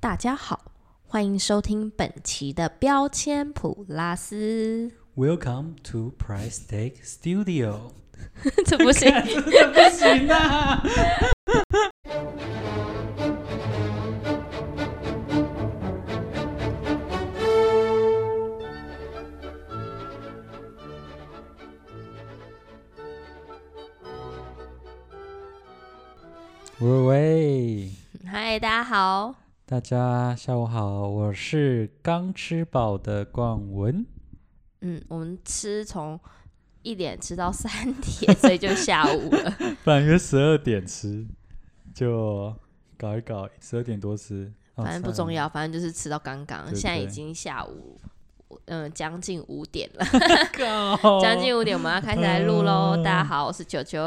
大家好，欢迎收听本期的标签普拉 斯。 Welcome to Price Tag Studio。这不 行，真的不行啊！喂喂，嗨，大家好，大家下午好，我是刚吃饱的冠文。嗯，我们吃从一点吃到三点，所以就下午 了。本来约十二点吃，就搞一搞，十二点多吃，哦反正不重。要，反正就是吃到刚刚，对现在已对经下午，嗯，将近五点了。算了 将近五点，我们要开始来录喽。嗯大家好，我是九九。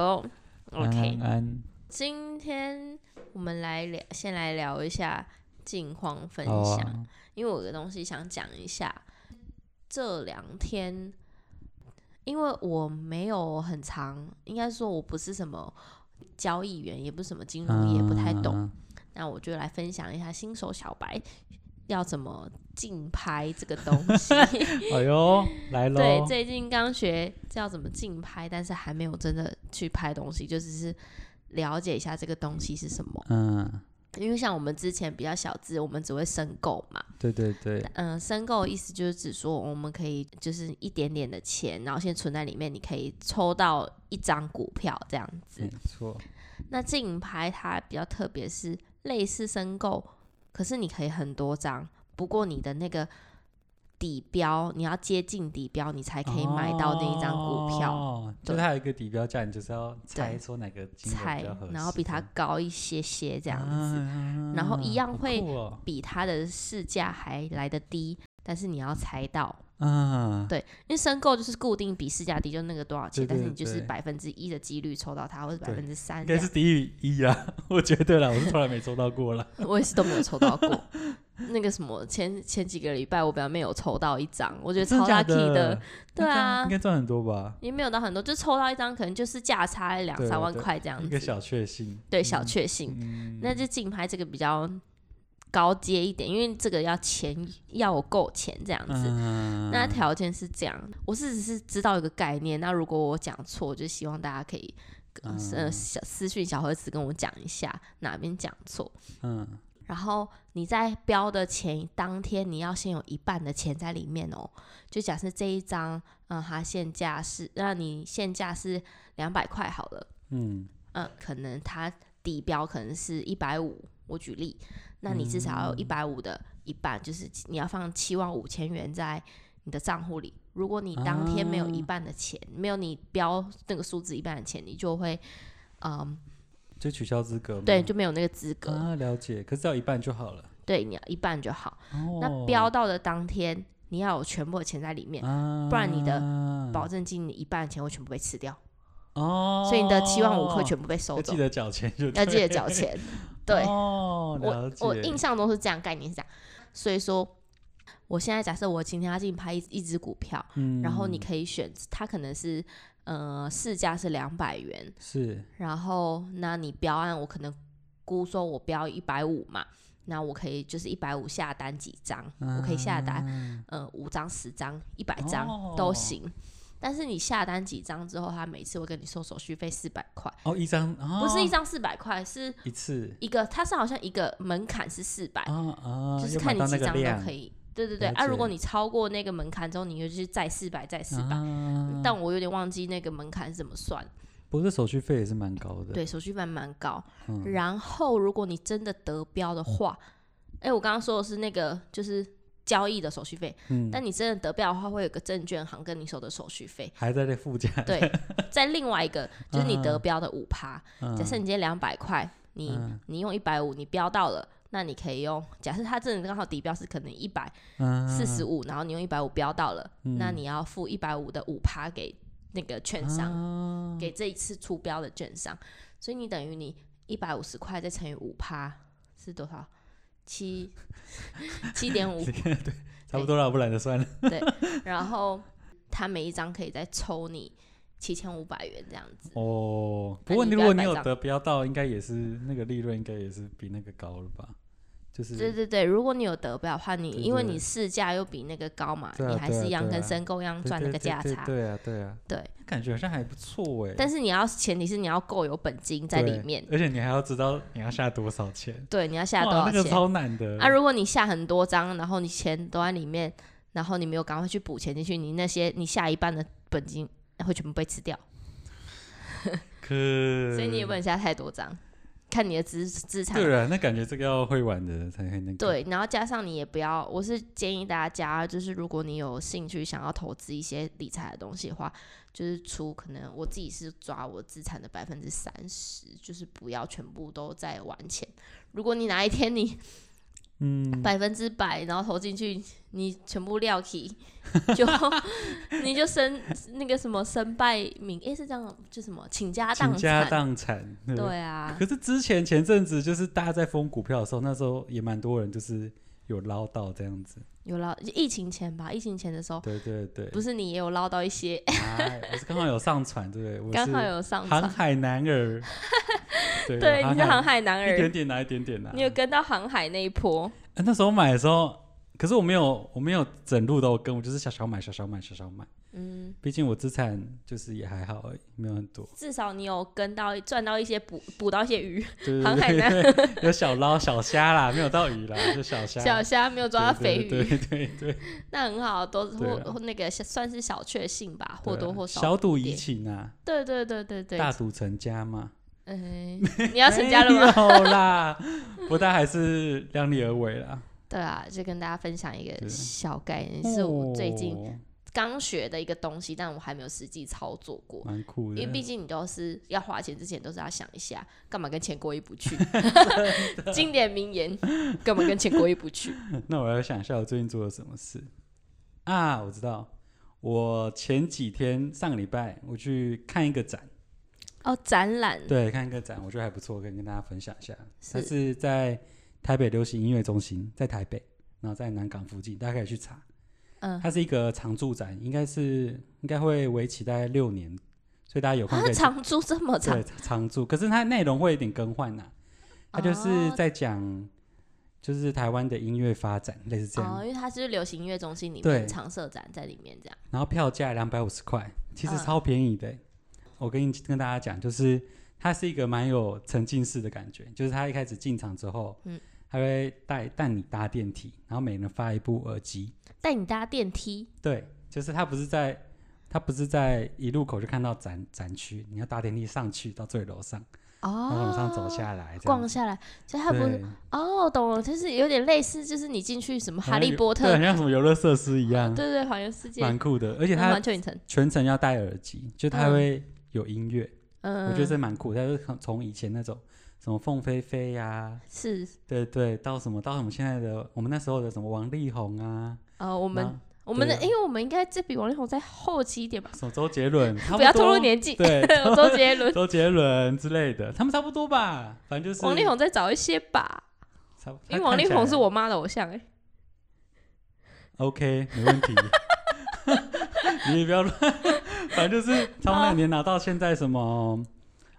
OK，安安今天我们来聊，先来聊一下近况分好享，啊，因为我有个东西想讲一下。这两天，因为我没有很长，应该说我不是什么交易员，也不是什么金融业，不太懂。嗯。那我就来分享一下新手小白要怎么竞拍这个东西。哎呦，来喽！对，最近刚学要怎么竞拍，但是还没有真的去拍东西，就只是了解一下这个东西是什么。嗯，因为像我们之前比较小资，我们只会申购嘛，对对对，嗯、申购的意思就是指说我们可以就是一点点的钱，然后先存在里面，你可以抽到一张股票这样子。没错。那竞拍它比较特别，是类似申购，可是你可以很多张，不过你的那个底标，你要接近底标，你才可以买到那一张股票。哦，对就它有一个底标价，你就是要猜对说哪个金额菜比较合，适然后比它高一些些这样子，啊然后一样好会酷哦比它的市价还来得低，但是你要猜到，嗯，因为申购就是固定比市价低，就那个多少钱，对但是对你就是对百分之一的几率抽到它，或者百对分之三应这该样是。低于一啊， 我觉得啦，我是从来没抽到过啦。我也是都没有抽到 过。那个什么，前前几个礼拜我表妹有抽到一张，我觉得哦真超假 lucky 的，对那这样啊应，该赚很多吧？也没有到很多，就抽到一张，可能就是价差两对三万对块这样一子个，小确幸。对小确幸。嗯，那就竞拍这个比较高阶一点，因为这个要钱要我够钱这样子。嗯那条件是这样，我是只是知道一个概念。那如果我讲错，就希望大家可以跟嗯呃小私讯小盒子跟我讲一下哪边讲错。嗯，然后你在标的前当天，你要先有一半的钱在里面哦。就假设这一张，嗯，它现价是，那你现价是两百块好了，嗯，嗯，可能它底标可能是一百五，我举例，那你至少要有一百五的一半，就是你要放七万五千元在你的账户里。如果你当天没有一啊半的钱，没有你标那个数字一半的钱，你就会，嗯，就取消资格吗？对，就没有那个资格，啊，了解。可是只要一半就好了。对，你要一半就好。那哦标到的当天，你要有全部的钱在里面，啊，不然你的保证金你一半的钱会全部被吃掉，哦，所以你的七万五会全部被要收走记，得缴钱就要记得对缴。 钱。对，哦，了我解。我印象中是这样，概念是这样。所以说，我现在假设我今天要竞拍一一只股票，嗯，然后你可以选，它可能是呃市价是两百元，是然后那你标案我可能估说我标一百五嘛，那我可以就是一百五下单几张，我可以下单单呃五张、十张、一百张都啊哦行。但是你下单几张之后，他每次会跟你收手续费四百块，哦，一张不是一哦张四百块，是一次一个，它是好像一个门槛是四百、啊啊，就是要看买你几到那个张都量可以。对对对，了啊，如果解你超过那个门槛之后，你就是再四百再四百、啊但我有点忘记那个门槛是怎么算。不是手续费也是蛮高的。，对，手续费蛮高。嗯然后如果你真的得标的话，哎、我刚刚说的是那个就是交易的手续费，嗯，但你真的得标的话，会有个证券行跟你收的手续 费。还在那附加。对，在另外一个就是你得嗯标的五趴，嗯，假设你今天两百块，你、嗯你用一百五，你标到了，那你可以用。假设它真的刚好底标是可能一百嗯四十五，然后你用一百五标到了，那你要付一百五的五趴给那个券商，商给这一次出标的券商，所以你等于你一百五十块再乘以五趴是多少？七七点 五，差不多了，不懒得算了。然后他每一张可以再抽你七千五百元这样子。哦，那不过你你不如要果你摆有账得标到，应该也是那个利润，应该也是比那个高了吧？就是对对对，如果你有得标的话，你对因为对你市价又比那个高嘛，对啊你还对啊是一样对跟啊申购一样对赚那对个对价对差。对啊，对啊，对，感觉好像还不错哎。但是你要前提是你要够有本金在里对面，而且你还要知道你要下多少钱，对，你要下多哇，少那个钱？超难的。啊，如果你下很多张，然后你钱都在里面，然后你没有赶快去补钱进去，你那些你下一半的本金会全部被吃掉，可所以你也不能下太多张，看你的资资产。对啊，那感觉这个要会玩的人才会那个。对，然后加上你也不要，我是建议大家，就是如果你有兴趣想要投资一些理财的东西的话，就是出可能我自己是抓我资产的百分之三十，就是不要全部都在玩钱。如果你哪一天你嗯，百分之百，然后投进去，你全部撂起， 就你就身那个什么身败名，诶、是这样，就什么倾家倾荡家产，荡产。对不对对啊，可是之前前阵子就是大家在疯股票的时候，那时候也蛮多人就是有捞到这样子。有捞疫情前吧，疫情前的时候，对对对，不是你也有捞到一些，哎，我是刚好有上船，对不对？我刚好是有上航场，海 男儿。对对，航你是航海男一点啊儿，点拿一点点拿。你有跟到航海那一波，哎那时候买的时候，可是我没有，我没有整路都跟，我就是小小买，小小买，小小买。嗯，毕竟我资产就是也还好而已，没有很多。至少你有跟到赚到一些捕捕到一些鱼，对航海对对对，有小捞小虾啦，没有到鱼啦，就小虾。小虾没有抓到对肥对鱼，对对对对，那很好，都对或啊或那个算是小确幸吧，或对啊多或少小赌一怡点情啊，对对对对对，大哎赌成家嘛。 哎，你 要成家了吗？没有啦，不但还是量力而为 啦。对啊，就跟大家分享一个对啊小概念，是我最近哦刚学的一个东西，但我还没有实际操作过。蛮酷的，因为毕竟你都是要花钱之前，都是要想一下，干嘛跟钱过意不 去？经典名言，干嘛跟钱过意不去？那我要想一下，我最近做了什么事啊？我知道，我前几天上个礼拜我去看一个展，哦，展览对，看一个展，我觉得还不错，可以跟大家分享一下。它是是在台北流行音乐中心，在台北，然后在南港附近，大家可以去查。嗯它是一个常驻展，应该是应该会为期大概六年，所以大家有空可啊，以去长租这么长对，常驻，可是它内容会有点更换呐、啊它就是哦在讲，就是台湾的音乐发展，类似这样。哦，因为它是流行音乐中心里面对常设展在里面这样。然后票价两百五十块，其实嗯超便宜的欸、我跟你跟大家讲，就是它是一个蛮有沉浸式的感觉，就是它一开始进场之后，嗯嗯，它会带带你搭电梯，然后每人发一部耳机，带你搭电梯，对，就是它不是在它不是在一路口就看到展展区，你要搭电梯上去到最楼上，然后往上走哦下来，这样逛子下来，所以它不是对哦，懂了，就是有点类似，就是你进去什么哈好像利有波特对，，很像什么游乐设施一样，对对，环游世界，蛮酷的，而且嗯它环球影城，全程要戴耳机，就它嗯会有音乐。嗯，我觉得这蛮酷，它就是从从以前那种什么凤飞飞呀、是对对，到什么到我们现在的我们那时候的什么王力宏啊，呃，我们然后我们的，对啊因为我们应该这比王力宏再后期一点吧，什么周 杰伦，差不要多透露年纪， 对周杰伦、周杰伦之类的，他们差不多吧，反正 就是王力宏再早一些吧，差不多，因为他王看力起宏来是我妈的偶像哎， OK 没问题，你也不要乱，反正就是从哦那年拿到现在什么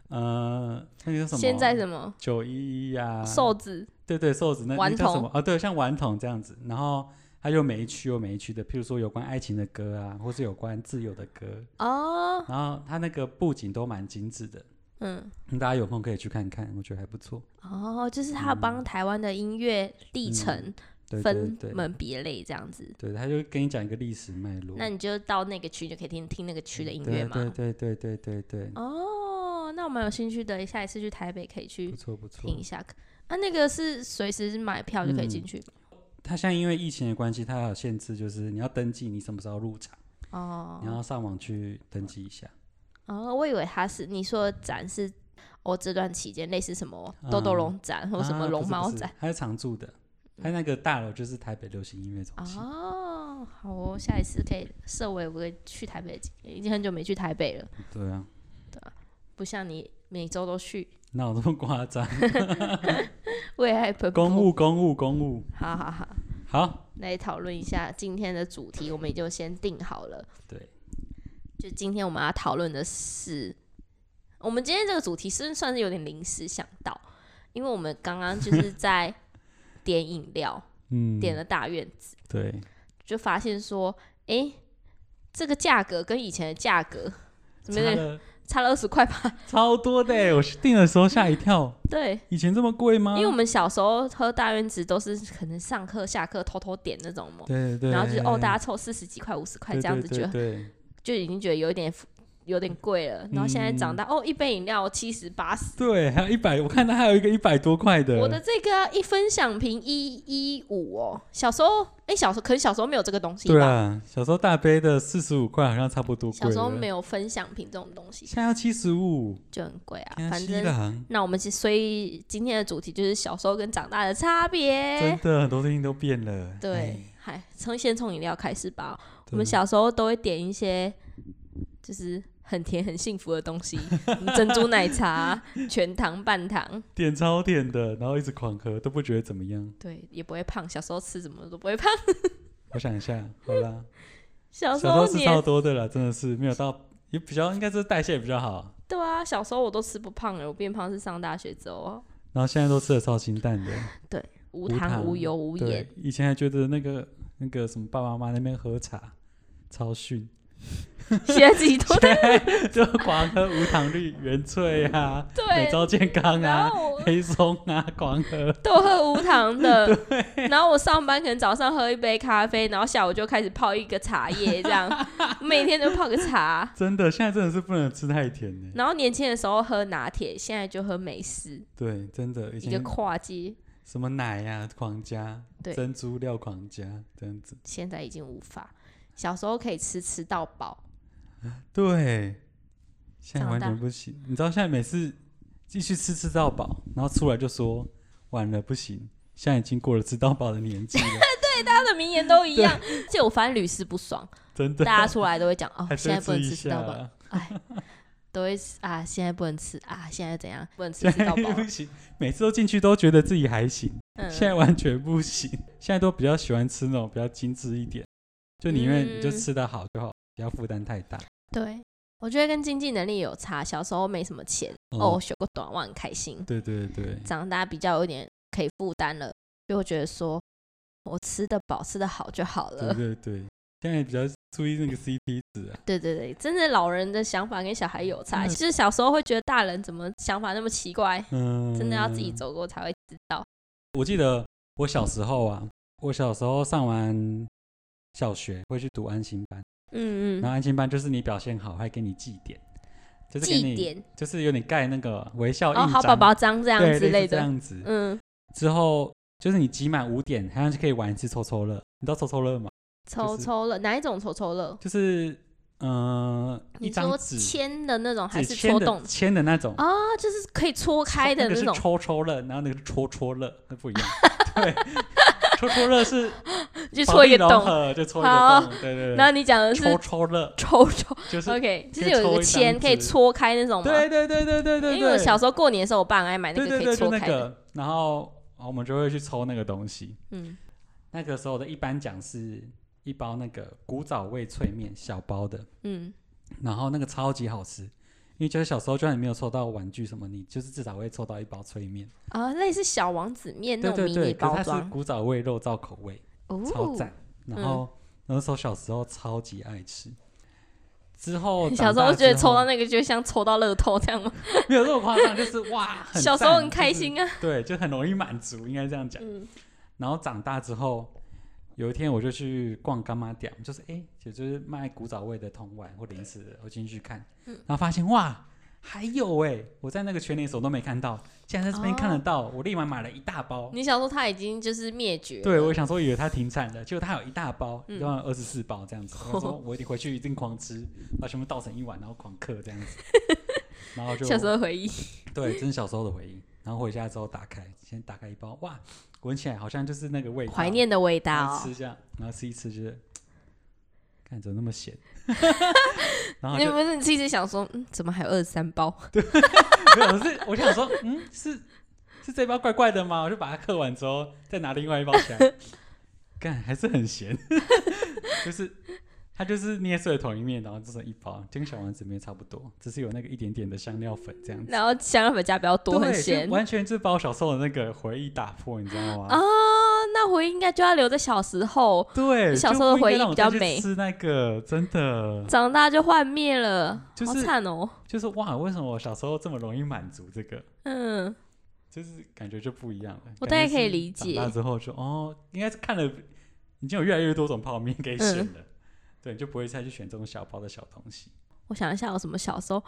呃那个叫什么现在什么九一一啊呀，瘦子，对对，瘦子那顽那叫什童么啊？对，像顽童这样子，然后他又每一区有每一区的，譬如说有关爱情的歌啊，或是有关自由的歌，哦，然后他那个布景都蛮精致的，嗯。大家有空可以去看看，我觉得还不错。哦，就是他帮台湾的音乐历程嗯对对分对，门别类这样子，对，他就跟你讲一个历史脉络，那你就到那个区就可以听听那个区的音乐嘛。对对对对对对对，哦，那我蛮有兴趣的，下一次去台北可以去不错不错听一。下。啊那、那个是随时买票就可以进去吗、他现在因为疫情的关系，他有限制，就是你要登记你什么时候入场，你哦要上网去登记一 下。哦，我以为它是你说的展是哦这段期间类似什么豆豆嗯龙展或什么啊龙猫，不是不展、是他是常住的，他那个大楼就是台北流行音乐中心。哦。好哦，下一次可以设为我去台北的经历，已经很久没去台北了，对啊，不像你每周都去，哪有这么夸 张？为爱奔波。公务公务公务，好好好，好，来讨论一下今天的主题，我们也就先定好了。对，就今天我们要讨论的是，我们今天这个主题是算是有点临时想到，因为我们刚刚就是在 点饮料，嗯，点了大院子，对，就发现说，诶，这个价格跟以前的价格怎么有差点 了差了二十块吧？ 超多的欸，我订的时候吓一跳，对，以前这么贵吗？因为我们小时候喝大院子都是可能上课下课偷偷点那种嘛，对对对，然后就是哦，大家家凑四十几块、五十块这样子，觉得对，就已经觉得有一点有点贵了。然后现在长大，嗯哦，一杯饮料七十八十，对，还有一百，我看他还有一个一百多块的，我的这个一分享瓶一一五哦。小时候，哎、小时候可能小时候没有这个东西对吧，啊，小时候大杯的四十五块好像差不多贵，小时候没有，有分享瓶这种东西现在要七十五，就很贵啊，天啊反西正。郎那我们其实所以今天的主题就是小时候跟长大的差别真。的很多东西都变了，哎对哎，嗨，从先从饮料开始吧。我对们小时候都会点一些，就是很甜很幸福的东 西，什么珍珠奶茶、全糖、半糖，点超甜的，然后一直狂喝都不觉得怎么样。对，也不会胖。小时候吃什么都不会胖。我想一下，好啦，小时小时候候吃你超也多的了，真的是没有到，也比较应该是代谢比较好，对啊，小时候我都吃不胖了，我变胖是上大学之后哦，然后现在都吃的超清淡的，无无糖、糖无油、无盐对。，以前还觉得那个那个什么爸爸妈妈那边喝茶超逊， 现在自己都就狂喝无糖绿原萃啊， 美对，招健康然啊，后我黑松啊，狂喝，都喝无糖 的，然后我上班可能早上喝一杯咖啡，然后下午就开始泡一个茶叶，这 样每天都泡个茶。真的，现在真的是不能吃太甜的，然后年轻的时候喝拿铁，现在就喝美式，对，真的以一个前跨界，什么奶呀、狂加，对珍珠料狂加这样子，现在已经无法。小时候可以吃吃到饱，对，现在长完大全不行，你知道现在每次继续吃吃到饱，然后出来就说晚了不行，现在已经过了吃到饱的年纪了，他的名言都一样。就我发现屡试不爽，真的，大家出来都会讲哦， 还是现在不能一吃吃到下啊饱，啦。都会啊，现在不能吃啊，现在怎样不能吃现吃在到饱 不行，每次都进去都觉得自己还行，嗯，现在完全不行。现在都比较喜欢吃那种比较精致一点，就宁愿你就嗯吃得好就好，不要负担太大。对，我觉得跟经济能力有差。小时候没什么钱，哦，嗯，学个短袜很开心，对对 对，长大比较有点可以负担了，就会觉得说我吃得饱、吃得好就好对了。对对，现在比较注意那个 CP 值啊。 对对对，真的老人的想法跟小孩有差，嗯就是小时候会觉得大人怎么想法那么奇怪，嗯，真的要自己。走过才会知道。我记得我小时候啊，我小时候上完小学会去读安心班，嗯嗯，然后安心班就是你表现好还给你绩点，就是给绩你点就是有点盖那个微笑印哦，章，好宝宝章这样对之似类这的，样子。嗯，之后就是你集满五点，好像就可以玩一次抽抽乐。你知道抽抽乐吗？抽就是抽乐哪一种抽抽乐？就是嗯、呃一你张说纸签的那种还纸是签戳的动？签的那种，哦，就是可以戳开的那个是种，抽抽乐，然后那个是戳戳乐，那不一样。 对，戳戳乐是就保戳一利个龙洞。盒，就戳一好个洞。对对然后对，你讲的是戳戳乐抽抽就是，OK，就可是以有抽一一个张签可以纸戳开那种吗？对对对对对对因为我对，小时候过年的时候，我爸很爱买那对个对可以对就戳那开的，个，然后我们就会去抽那个东西。嗯，那个时候的一般奖是一包那个古早味脆面小包的，嗯，然后那个超级好吃，因为就是小时候就算你没有抽到玩具什么，你就是至少会抽到一包脆面，啊，类似小王子面那对种对迷对，你可包是它是装，古早味肉燥口味，哦，超赞。然后、那时候小时候超级爱吃，之后 小时候觉得抽到那那个就像抽到乐透这样吗？ 没有这么夸张，就是哇，很小时候赞很开、心啊，就是对，就很容易满足，应该这样讲。嗯然后长大之后，有一天我就去逛干妈店，就是哎，也就是卖古早味的铜碗或零食的，我进去看，嗯然后发现哇，还有哎，我在那个全联所都没看到，竟然在这边看得到，我立马买了一大包。哦你小时候他已经就是灭绝了，对，我想说以为它停产了，结果它有一大包，嗯一共二十四包 这样子。我说我一定回去一定狂吃，把全部倒成一碗，然后狂嗑这样 子。然后就小时候回忆，嗯对，这是小时候的回忆。然后回家之后打开，先打开一包，哇，闻起来好像就是那个味道，怀念的味道然后哦。吃这样，然后吃一吃就是，看怎么那么 咸，然后你就不是你自己想说，嗯，怎么还有二十三 包？没有，我是我想说，嗯，是是这包怪怪的吗？我就把它嗑完之后，再拿另外一包 起来，干还是很咸， 就是它就是捏碎的同一面，然后就剩一包，就跟小丸子面差不多，只是有那个一点点的香料粉这样子。然后香料粉加比较多，对很就咸完全是把我小时候的那个回忆打破，你知道吗？哦。段回忆应该就要留在小时候，对，小就时候的不应该回忆让我比较再去美吃那个真的长大就幻灭了，就好是惨哦。就是哇，为什么我小时候这么容易满足这个？嗯，就是感觉就不一样了。我感大概觉可以是理长大解之后就哦，应该是看了已经有越来越多种泡面可以选嗯了，对，你就不会再去选这种小包的小东西。我想一下，有什么小时候，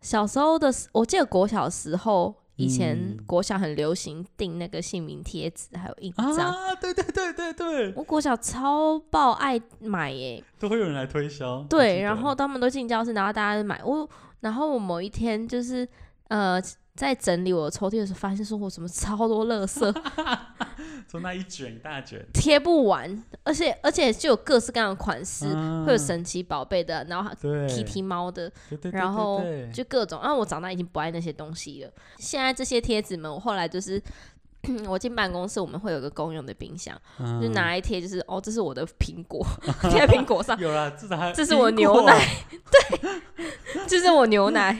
小时候的时，我记得国小时候，以前嗯国小很流行订那个姓名贴纸，还有印章。啊，对对对对对，我国小超爆爱买耶、都会有人来推销。我记对，得然后他们都进教室，然后大家就买我，然后我某一天就是呃在整理我的抽屉的时候，发现说我怎么超多垃圾 从那一卷一大卷，贴不完，而且而且就有各式各样的款式，啊会有神奇宝贝的，然后对 Kitty 猫的，对对对然后对对就各种。啊，我长大已经不爱那些东西了。现在这些贴纸们，我后来就是。 我进办公室，我们会有个公用的冰箱，嗯就拿来贴，就是哦，这是我的苹果， 贴在苹果上， 有了，至少还有这是苹我牛果奶，这是我牛奶，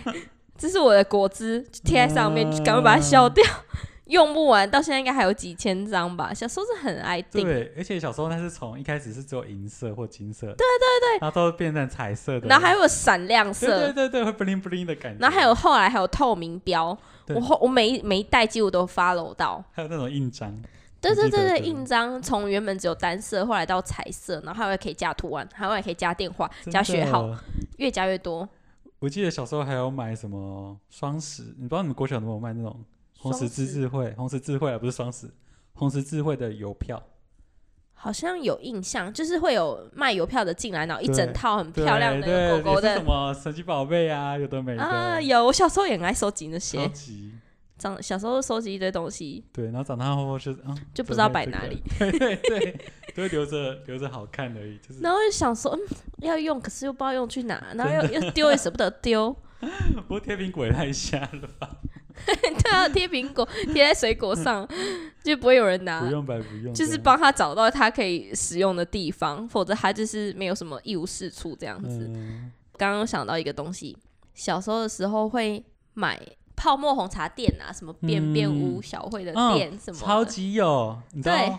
这是我的果汁，就贴在上面，就赶快把它嗯消掉， 用不完，到现在应该还有几千张吧。小时候是很爱订，对，而且小时候那是从一开始是只有银色或金色，对对对，然后都变成彩色的，然后还会有闪亮色，对对对对，会 bling bling 的感觉，然后还有后来还有透明标，对我后我每一每一代几乎都 follow 到。还有那种印章，对对记得对对，对印章从原本只有单色，后来到彩色，然后还会可以加图案，还会可以加电话、真加学号，的。哦越加越多。我记得小时候还有买什么双十，你不知道你们国小有没有卖那种红十字双十智慧，红十字智慧啊，不是双十，红十字智慧的邮票，好像有印象，就是会有卖邮票的进来，然后一对整套很对漂亮的对有狗狗也是的什么神奇宝贝啊，有的没啊的，啊，有。我小时候也很爱收集那超些，级长小时候收集一堆东西，对，然后长大后就是嗯，就不怎知道么有摆这哪个里，对 对对，都会留着留着好看而已，就是然后就想说，嗯，要用，可是又不知道用去哪，然后又又丢也舍不得丢， 不过贴苹果也太瞎了吧？对啊，贴苹果贴在水果上，就不会有人拿不，用白不用，啊就是帮帮他找到他可以使用的地方，否则他就是没有什么一无是处这样子。嗯，刚刚想到一个东西，小时候的时候会买泡沫红茶店啊，什么便便屋、嗯小慧的嗯店什么的，超级有，你知对道？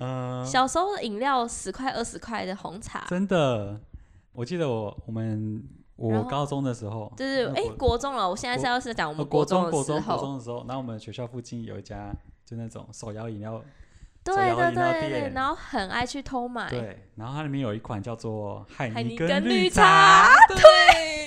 嗯，小时候的饮料十块二十块的红茶，真的，我记得我我们然我后高中的时候，就是那哎、国国中了，我现在是要是讲我呃们国中国的时中国候，中的时候，然后我们学校附近有一家就那种手摇饮料，对手摇对饮料对对，店然后很爱去偷买，对，然后它里面有一款叫做海啊哎海尼尼根绿绿茶，对。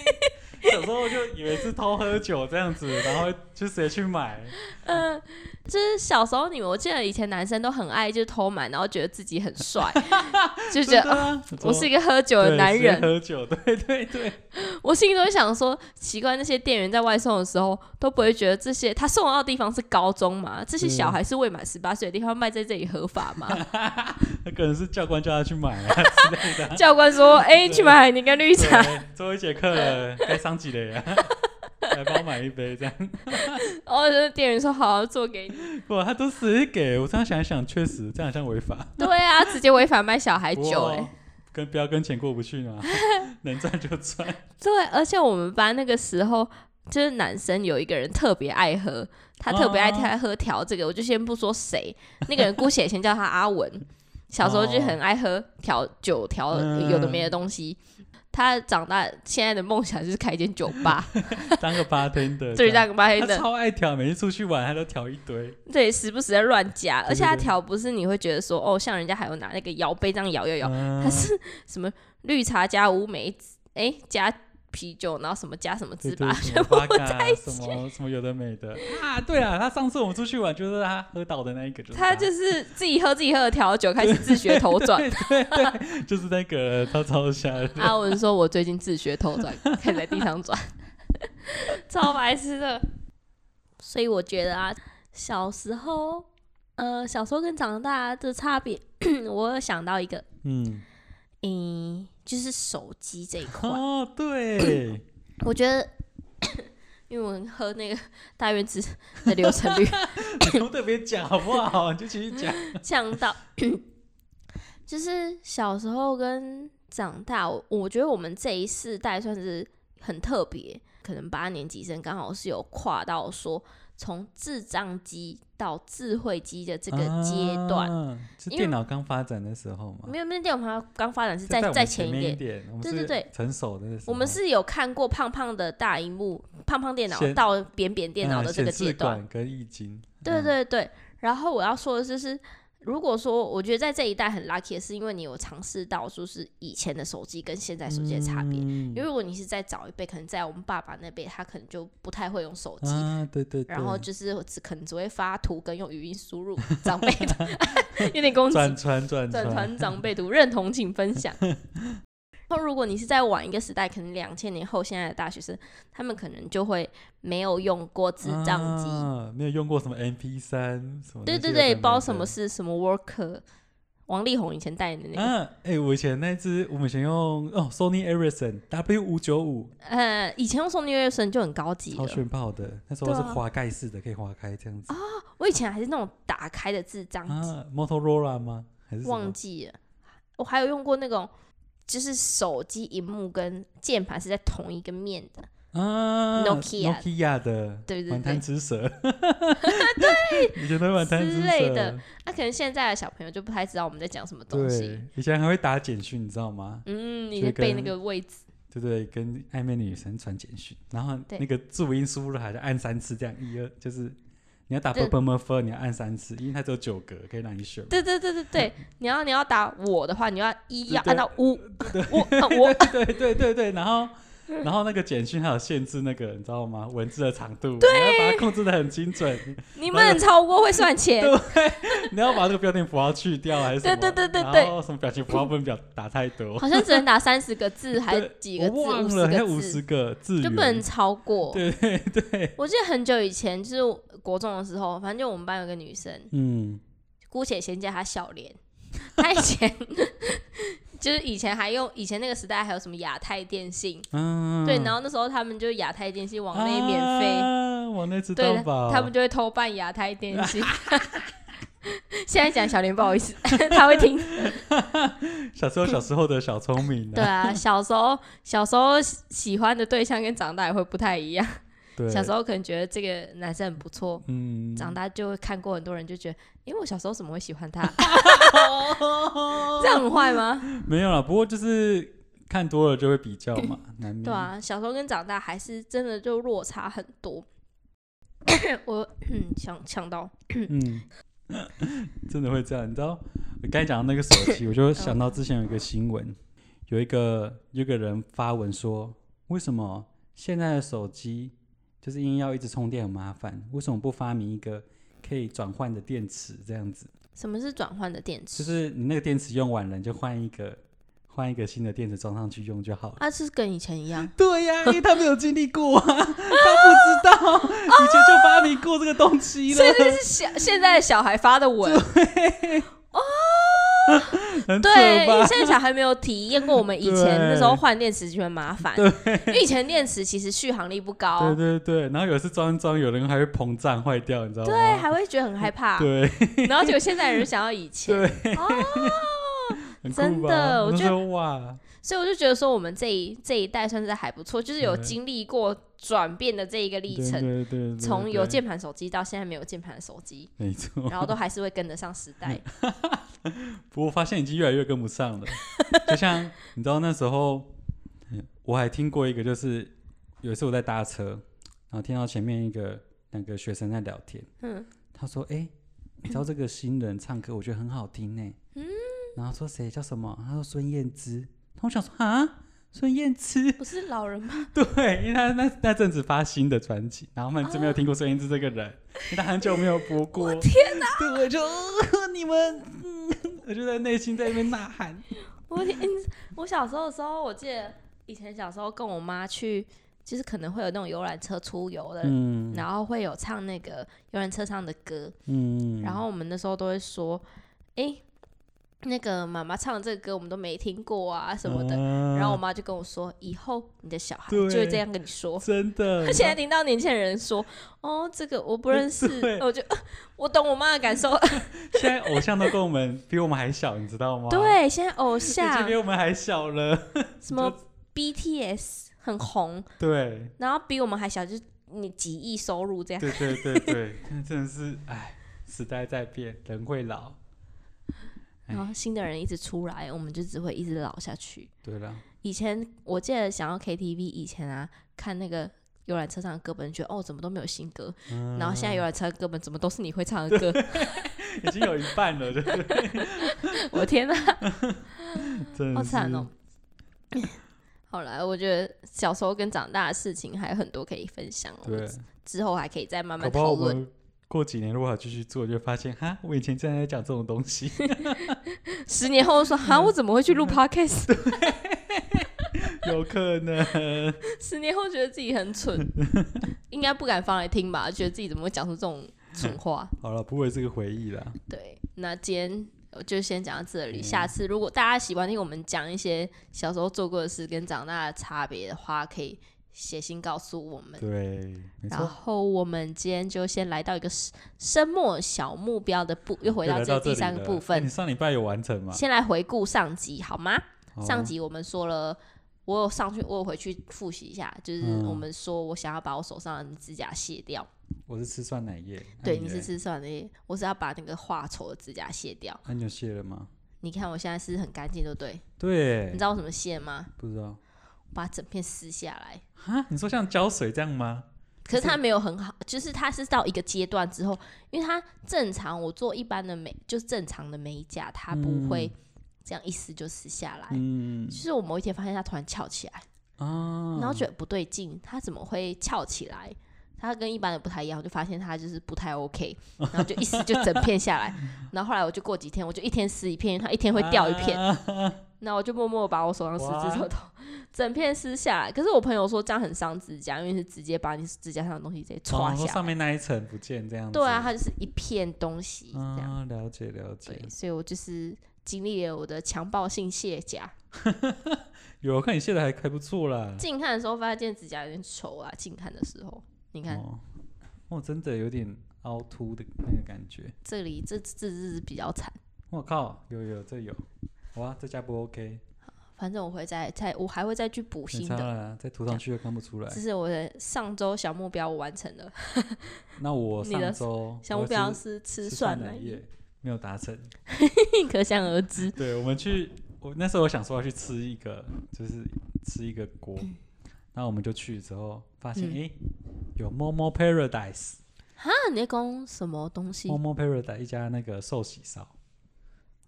小时候就以为是偷喝酒这样子，然后就直接去买，嗯、 就是小时候你们，我记得以前男生都很爱就偷买，然后觉得自己很帅， 就觉真得、哦的啊我是一一个喝酒的男人，喝酒，对对对， 我心里都会想说，奇怪，那些店员在外送的时候都不会觉得这些他送到的地方是高中嘛？这些小孩是未满十八岁的地方卖在这里合法吗？嗯那可能是教官叫他去买啊之类的啊。教官说：“哎、对去买海尼跟绿茶。对，最后一节 课了，该上几了呀？来帮我买一杯这样。”然后就是店员说：“好，好做给你。哇，他都直接给我，这样想一想，确实这样好像违法。”对啊，直接违反卖小孩不酒过哎、跟不要跟钱过不去 嘛，能赚就赚。对，而且我们班那个时候。就是男生有一个人特别爱喝，他特别爱哦爱喝调这个，我就先不说谁，那个人姑且先叫他阿文。 小时候就很爱喝调酒调嗯有的没的东西。他长大现在的梦想就是开一间酒 吧，当 个 bartender，就是样那个吧黑他的，超爱调，每次出去玩他都调一堆。对，时不时的乱加，对而且他对对调不是你会觉得说哦，像人家还有拿那个摇杯这样摇摇摇，嗯哎他是什么绿茶加乌梅子，哎加啤酒，然后什么加什么对汁对吧，什全么部八嘎，什么什么有的没的啊！对啊，他上次我们出去玩，就是他喝倒的那一个，就是他就是自己喝自己喝的调酒，开始自学头转。 对对对，就是那个他超瞎的。 阿文说：“我最近自学头转，开始在地上转， 超白痴的。”所以我觉得啊，小时候，呃，小时候跟长大的差别， 我有想到一个，嗯，嗯，就是手机这一 块，哦，对，我觉得。 因为我们喝那个大院子的流程率 你不特别讲好不好？你就继续讲。降到，就是小时候跟长大，我我觉得我们这一世代算是很特别，可能八年级生刚好是有跨到说从智障机到智慧机的这个阶段。啊是因为电脑刚发展的时候嘛，没有，没有电脑刚发展是是在在在前前面点一，点，我们对是对对成熟的时候，我们是有看过胖胖的大荧幕、胖胖电脑显到扁扁电脑嗯的这个显示阶段，管跟易经，对嗯，对对。然后我要说的是，是如果说我觉得在这一代很 lucky，的是因为你有尝试到就是以前的手机跟现在手机的差别。嗯因为如果你是在早一辈，可能在我们爸爸那辈，他可能就不太会用手机，啊，对对对，然后就是只可能只会发图跟用语音输入。长辈 的有点攻击，转传转转传，传长辈读，认同请分 享。然后，如果你是在晚一个时代，可能两千年后现在的大学生，他们可能就会没有用过智障机，啊，没有用过什么 MP 三什么那对些对有的没对，的，不知道什么是什么 worker，王力宏以前代言的那个，啊，哎、我以前那只，我们以前用哦，Sony Ericsson W 五九五，呃，以前用 Sony Ericsson 就很高级超了。炫炮的，那时候对是啊哦滑盖式的，可以滑开这样子。我以前还是那种打开的智障机，啊，Motorola 吗？还是什么忘记了。我还有用过那种，就是手机荧幕跟键盘是在同一个面的，啊 Nokia Nokia 的对对玩贪对。吃蛇，对，以前都玩贪吃之蛇类的，那、可能现在的小朋友就不太知道我们在讲什么东西。对，以前还会打简讯，你知道吗？嗯，你就在背那跟个位置，对对，跟暧昧的女生传简讯，然后对那个注音输入还是按三次，这样一二就是。你要打对 purple m u f f e 你要按三次，因为它只有九格可以让你选嘛。对对对对 对，你要你要打我的话，你要一对要对按到五，我啊我对对对对，然后然后那个简讯还有限制那个，你知道吗？文字的长度，你要把它控制的很精准，你不能超过会算钱。 你要把这个标点符号去掉还是什么？对对对对对然后什么表情符号不能表打太多，好像只能打三十个字，还是哦对几个我字，五忘十了，还有个五十字，个字就元不能超过。对对对，我记得很久以前，就是我国中的时候，反正就我们班有个女生，嗯，姑且先叫她小莲。 她以前 就是以前还用以前那个时代还有什么亚太电信，嗯对，然后那时候他们就亚太电信往内免费，啊往内知对道吧？他们就会偷办亚太电信。现在讲小莲不好意思， 她会 听。 小时候小时候的小聪明对啊，啊，小时候小时候喜喜欢的对象跟长大也会不太一样。对，小时候候可能觉得这个男生很不错，嗯， 长大就会看过很多人，就觉得，因为我小时候怎么会喜欢他？哦这样很坏吗？没有啦，不过就是看多了就会比较嘛，难免对啊，小时候跟长大还是真的就落差很多。 我嗯想想到，嗯， 真的会这样。你知道，我刚才讲到那个手机，我就想到之前有一个新闻，有一个有一个人发文说，为什么现在的手机就是硬要一直充电很麻烦？为什么不发明一个可以转换的电池？这样子，什么是转换的电池？就是你那个电池用完了，你就换一个换一个新的电池装上去用就好了。，啊，是跟以前一样对呀、因为他没有经历过 啊，他不知道，以前就发明过这个东 西了所以。这是小现在的小孩发的文。很扯 对，因吧为现在小孩没有体验过我们以前对那时候换电池就很麻烦，因为以前电池其实续航力不对高，啊对对，然后有一次装一装，有人还会膨胀坏掉，你知道吗？对，啊还会觉得很害怕。对然后结果现在人想要以前，很酷真的吧我觉那时得候哇，所以我就觉得说，我们这一这一代算是还不错，就是有对经历过转变的这一个历对程，对对对，从对有键盘手机到现在没有键盘的手机，没错，然后都还是会跟得上时 代。不过我发现已经越来越跟不上了。就像你知道那时候，我还听过一个，就是有一次我在搭车，然后听到前面一个两个学生在聊天，嗯，他说：“哎、你知道这个新人唱歌，我觉得很好听呢。”嗯，然后说谁叫什么？他说孙燕姿。然后我想说啊，孙燕姿。不是老人吗？ 对，因为他那那阵子发新的专辑，然后他们就没有听过孙燕姿这个人，因为他很久没有播 过。天哪！对，我就、呃 你们，嗯我就在内心在那边呐喊。我天，我小时候的时候，我记得以前小时候跟我妈去，就是可能会有那种游览车出游的，嗯然后会有唱那个游览车上的歌，嗯然后我们那时候都会说，诶，那个妈妈唱的这个歌我们都没听过啊什么的，啊然后我妈就跟我说，以后你的小孩对就会这样跟你说。真的现在听到年轻人说，哦，这个我不哎认识， 对我就 我懂我妈的感受。现在偶像都跟我们比我们还小，你知道 吗？，对，啊现在偶已经像比我们还小 了。什么 BTS 很红，对，然后比我们还小，就是你几亿收入这样。对对对对，看真的是哎，时代在变，人会老。哎然后新的人一直出来，我们就只会一直老下去。对了，以前我记得想要 KTV，以前啊看那个游览车上的歌本，觉得哦怎么都没有新歌，嗯然后现在游览车的歌本怎么都是你会唱的 歌，已经有一半了，对，我的天哪，真的好是惨哦。嗯 好了，我觉得小时候跟长大的事情还有很多可以分享，我对们，之后还可以再慢搞慢不好讨我论。们过几年如果还继续做，就会发现哈，我以前真的在讲这种东西， 十年后 说哈，我怎么会去录 podcast？ 有可能。十年后觉得自己很蠢， 应该不敢放来听吧？觉得自己怎么会讲出这种蠢 话？好了，不过也是个回忆 啦。对，那今天我就先讲到这嗯里。下次如果大家喜欢听我们讲一些小时候做过的事跟长大的差别的话，可以写信告诉我们。对，没然错，后我们今天就先来到一个深深末小目标的部，又回又到来这到第里三个了部哎你分。上礼拜有完成吗？先来回顾上集好吗？嗯好啊上集我们说了，我有上去，我有回去复习一下，就是嗯我们说我想要把我手上的指甲卸掉。我是吃酸奶液，那对，你是嘞，吃算的，我是要把那个画丑的指甲卸掉。那你有卸了吗？你看我现在是很干净，对不对？你对知，道我怎么卸吗？不知道把整片撕下来。哈，你说像胶水这样吗？可是它没有很好，就是它是到一个阶段之后，因为它正常我做一般的美，就是正常的美甲，它不会这样一撕就撕下来。嗯就是我某一天发现它突然翘起来，啊，然后觉得不对劲，它怎么会翘起来？它跟一般的不太一样，我就发现它就是不太 OK，然后就一撕就整片下来。然后后来我就过几天，我就一天撕一片，因为它一天会掉一片。啊那我就默默把我手上十哇指头头整片撕下来。可是我朋友说这样很伤指甲，因为是直接把你指甲上的东西直接哦戳说下上来。面那一层不见这样子。对啊，，它就是一片东西这样。啊，了解了解对，。所以我就是经历了我的强暴性卸甲。有，我看你卸的还还不错啦。近看的时候发现指甲有点丑啊，近看的时候，你看、哦，哦，真的有点凹凸的那个感觉。这里这这这是比较惨。我靠，有有这有，哇，这家不 OK，反正我会再再我还会再去补没新差的。了啦，再涂上去又看不出来这。是我的上周小目标，我完成了。那我你的上周小哦我目标吃是吃吃蒜奶奶 液，液没有达成。可想而 知。啊对，我们去，我那时候我想说要去吃一个，就是吃一个锅，那我们就去之后发现，嗯诶，有 Momo Paradise。那你在讲什么东西 Momo Paradise 一家那个寿喜烧，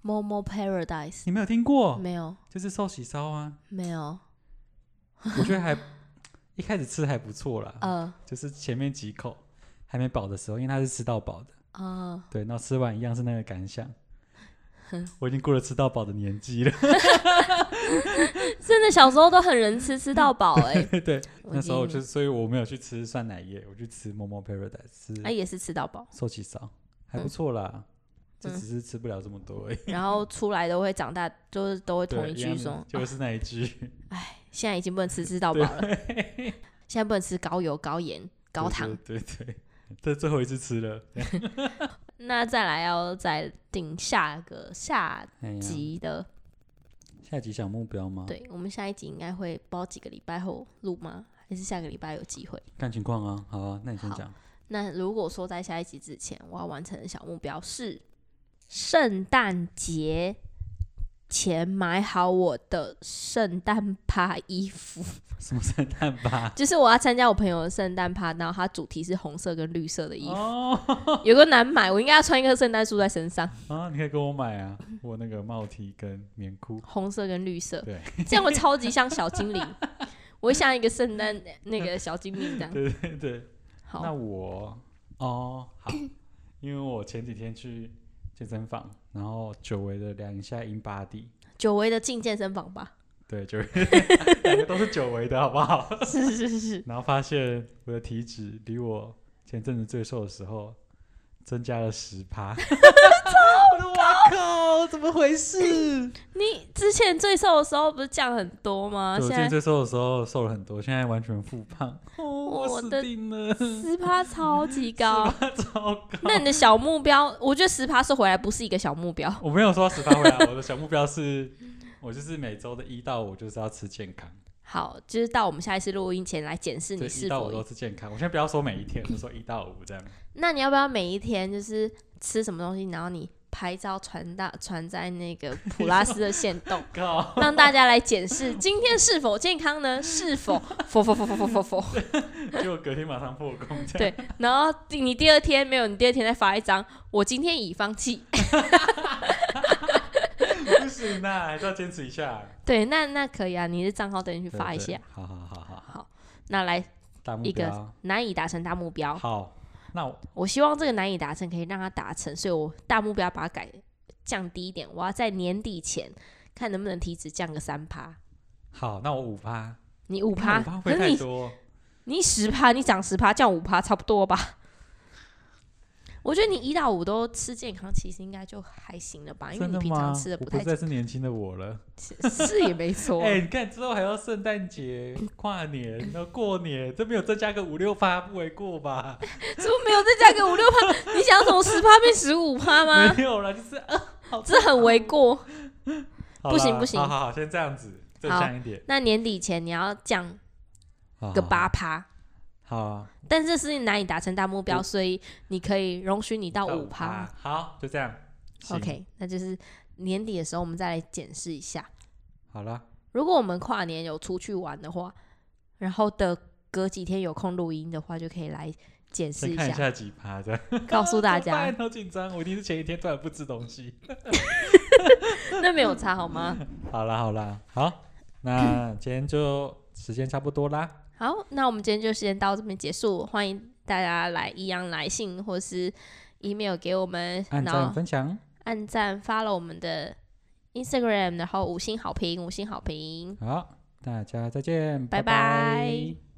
？Momo Paradise？你没有听过？没有，就是寿喜烧啊，没有，我觉得还 一开始吃还不错啦，呃就是前面几口还没饱的时候，因为它是吃到饱的，呃，对，那吃完一样是那个感想。 我已经过了吃到饱的年纪了，真的小时候都很能吃，吃到 饱哎、对对，我那时候我建就议所以我没有去吃酸奶液，我去吃 Momo Paradise 吃你啊也是吃到饱，寿喜烧，还嗯不错啦，就嗯只是吃不了这么多 而已。然后出来都会长大，就是都会同对，一样句的说，就啊是那一句，现在已经不能吃吃到饱了， 现在不能吃高油、高盐、啊高糖。对对对，这最后一次吃了，那再来要再定下个下哎呀集的，下集小目标吗？，对我们下一集应该会包几个礼拜后录吗？还是下个礼拜有机会？看情况啊，好啊，那你先好讲。那如果说在下一集之前，我要完成的小目标是圣诞节前买好我的圣诞趴衣服，什么 圣诞吧？就是我要参加我朋友的圣诞趴，然后它主题是红色跟绿色的衣服，哦有个难买，我应该要穿一棵圣诞树在身 上，啊，你可以跟我买啊，我那个帽 T 跟棉裤。红色跟绿色对，这样我超级像小精 灵，我会像一个圣诞那个小精灵这样。对对对，那好，我哦好，因为我前几天去健身房，然后久违的量一下 in body，久违的进健身房吧，对，久违 两个都是久违的好不好？ 是是是是，然后发现我的体脂离我前阵子最瘦的时候增加了十趴， 我说哇靠，怎么回事？你之前最瘦的时候不是降很多吗？对我现之在前最瘦的时候瘦了很多，现在完全复胖，哦，我我的死定了，十趴超级高。糟糕！那你的小目标，我觉得十趴是回来不是一个小目 标。啊我没有说十八回来，我的小目标是，我就是每周的一到五就是要吃健康，好，就是到我们下一次录音前来检视这你一是到五否都是健康。我现在不要说每 一天，我说一到五这样。那你要不要每一天就是吃什么东西，然后你拍照传到传在那个普拉斯的线动， 靠，让大家来检视今天是否健康呢？是 否否否否否否否否？结果隔天马上破功这样。对，然后第你第二天没有，你第二天再发一张，我今天已放弃。 不行啦，还是要坚持一下。对，那那可以啊，你的账号等你去对发一对下。好好好好，好，那来大目一个标。难以达成大目标，好，那我我希望这个难以达成可以让它达成，所以我大目标把它改降低一点，我要在年底前看能不能体脂降个三趴。好，那我五趴，你五五趴，五趴可会是太你多。你十趴，你涨十趴，降五趴，差不多吧？我觉得你一到五都吃健康，其实应该就还行了吧，因为真你的平吗常吃的？我不不太再是年轻的我了。是是也没错。 哎、你看之后还要圣诞节、跨年，然后过年，这没有增加个五六趴不为过 吧？怎么没有再加个五六趴？你想要从十趴变十五趴吗？没有啦，就是、啊、这很为过。好不行啦不行好好好，先这样子，正好向一点，那年底前你要降好个好八趴，好啊，但这是难以达成大目标，所以你可以容许你到到五趴。，好，就这样。行 OK，那就是年底的时候我们再来检视一下。好了，如果我们跨年有出去玩的话，然后的隔几天有空录音的话，就可以来检视先一看一下，下几趴 这样。告诉大 怎么家办，好紧张，我一定是前一天突然不吃东西。那没有差好吗？好啦好啦，好， 那今天就时间差不多啦。好，那我们今天就先到这边结束，欢迎大家来一样来信或是 email 给我们，按然赞后分享，按赞发了我们的 Instagram，然后五星好评，五星好评。好，大家再见，拜拜拜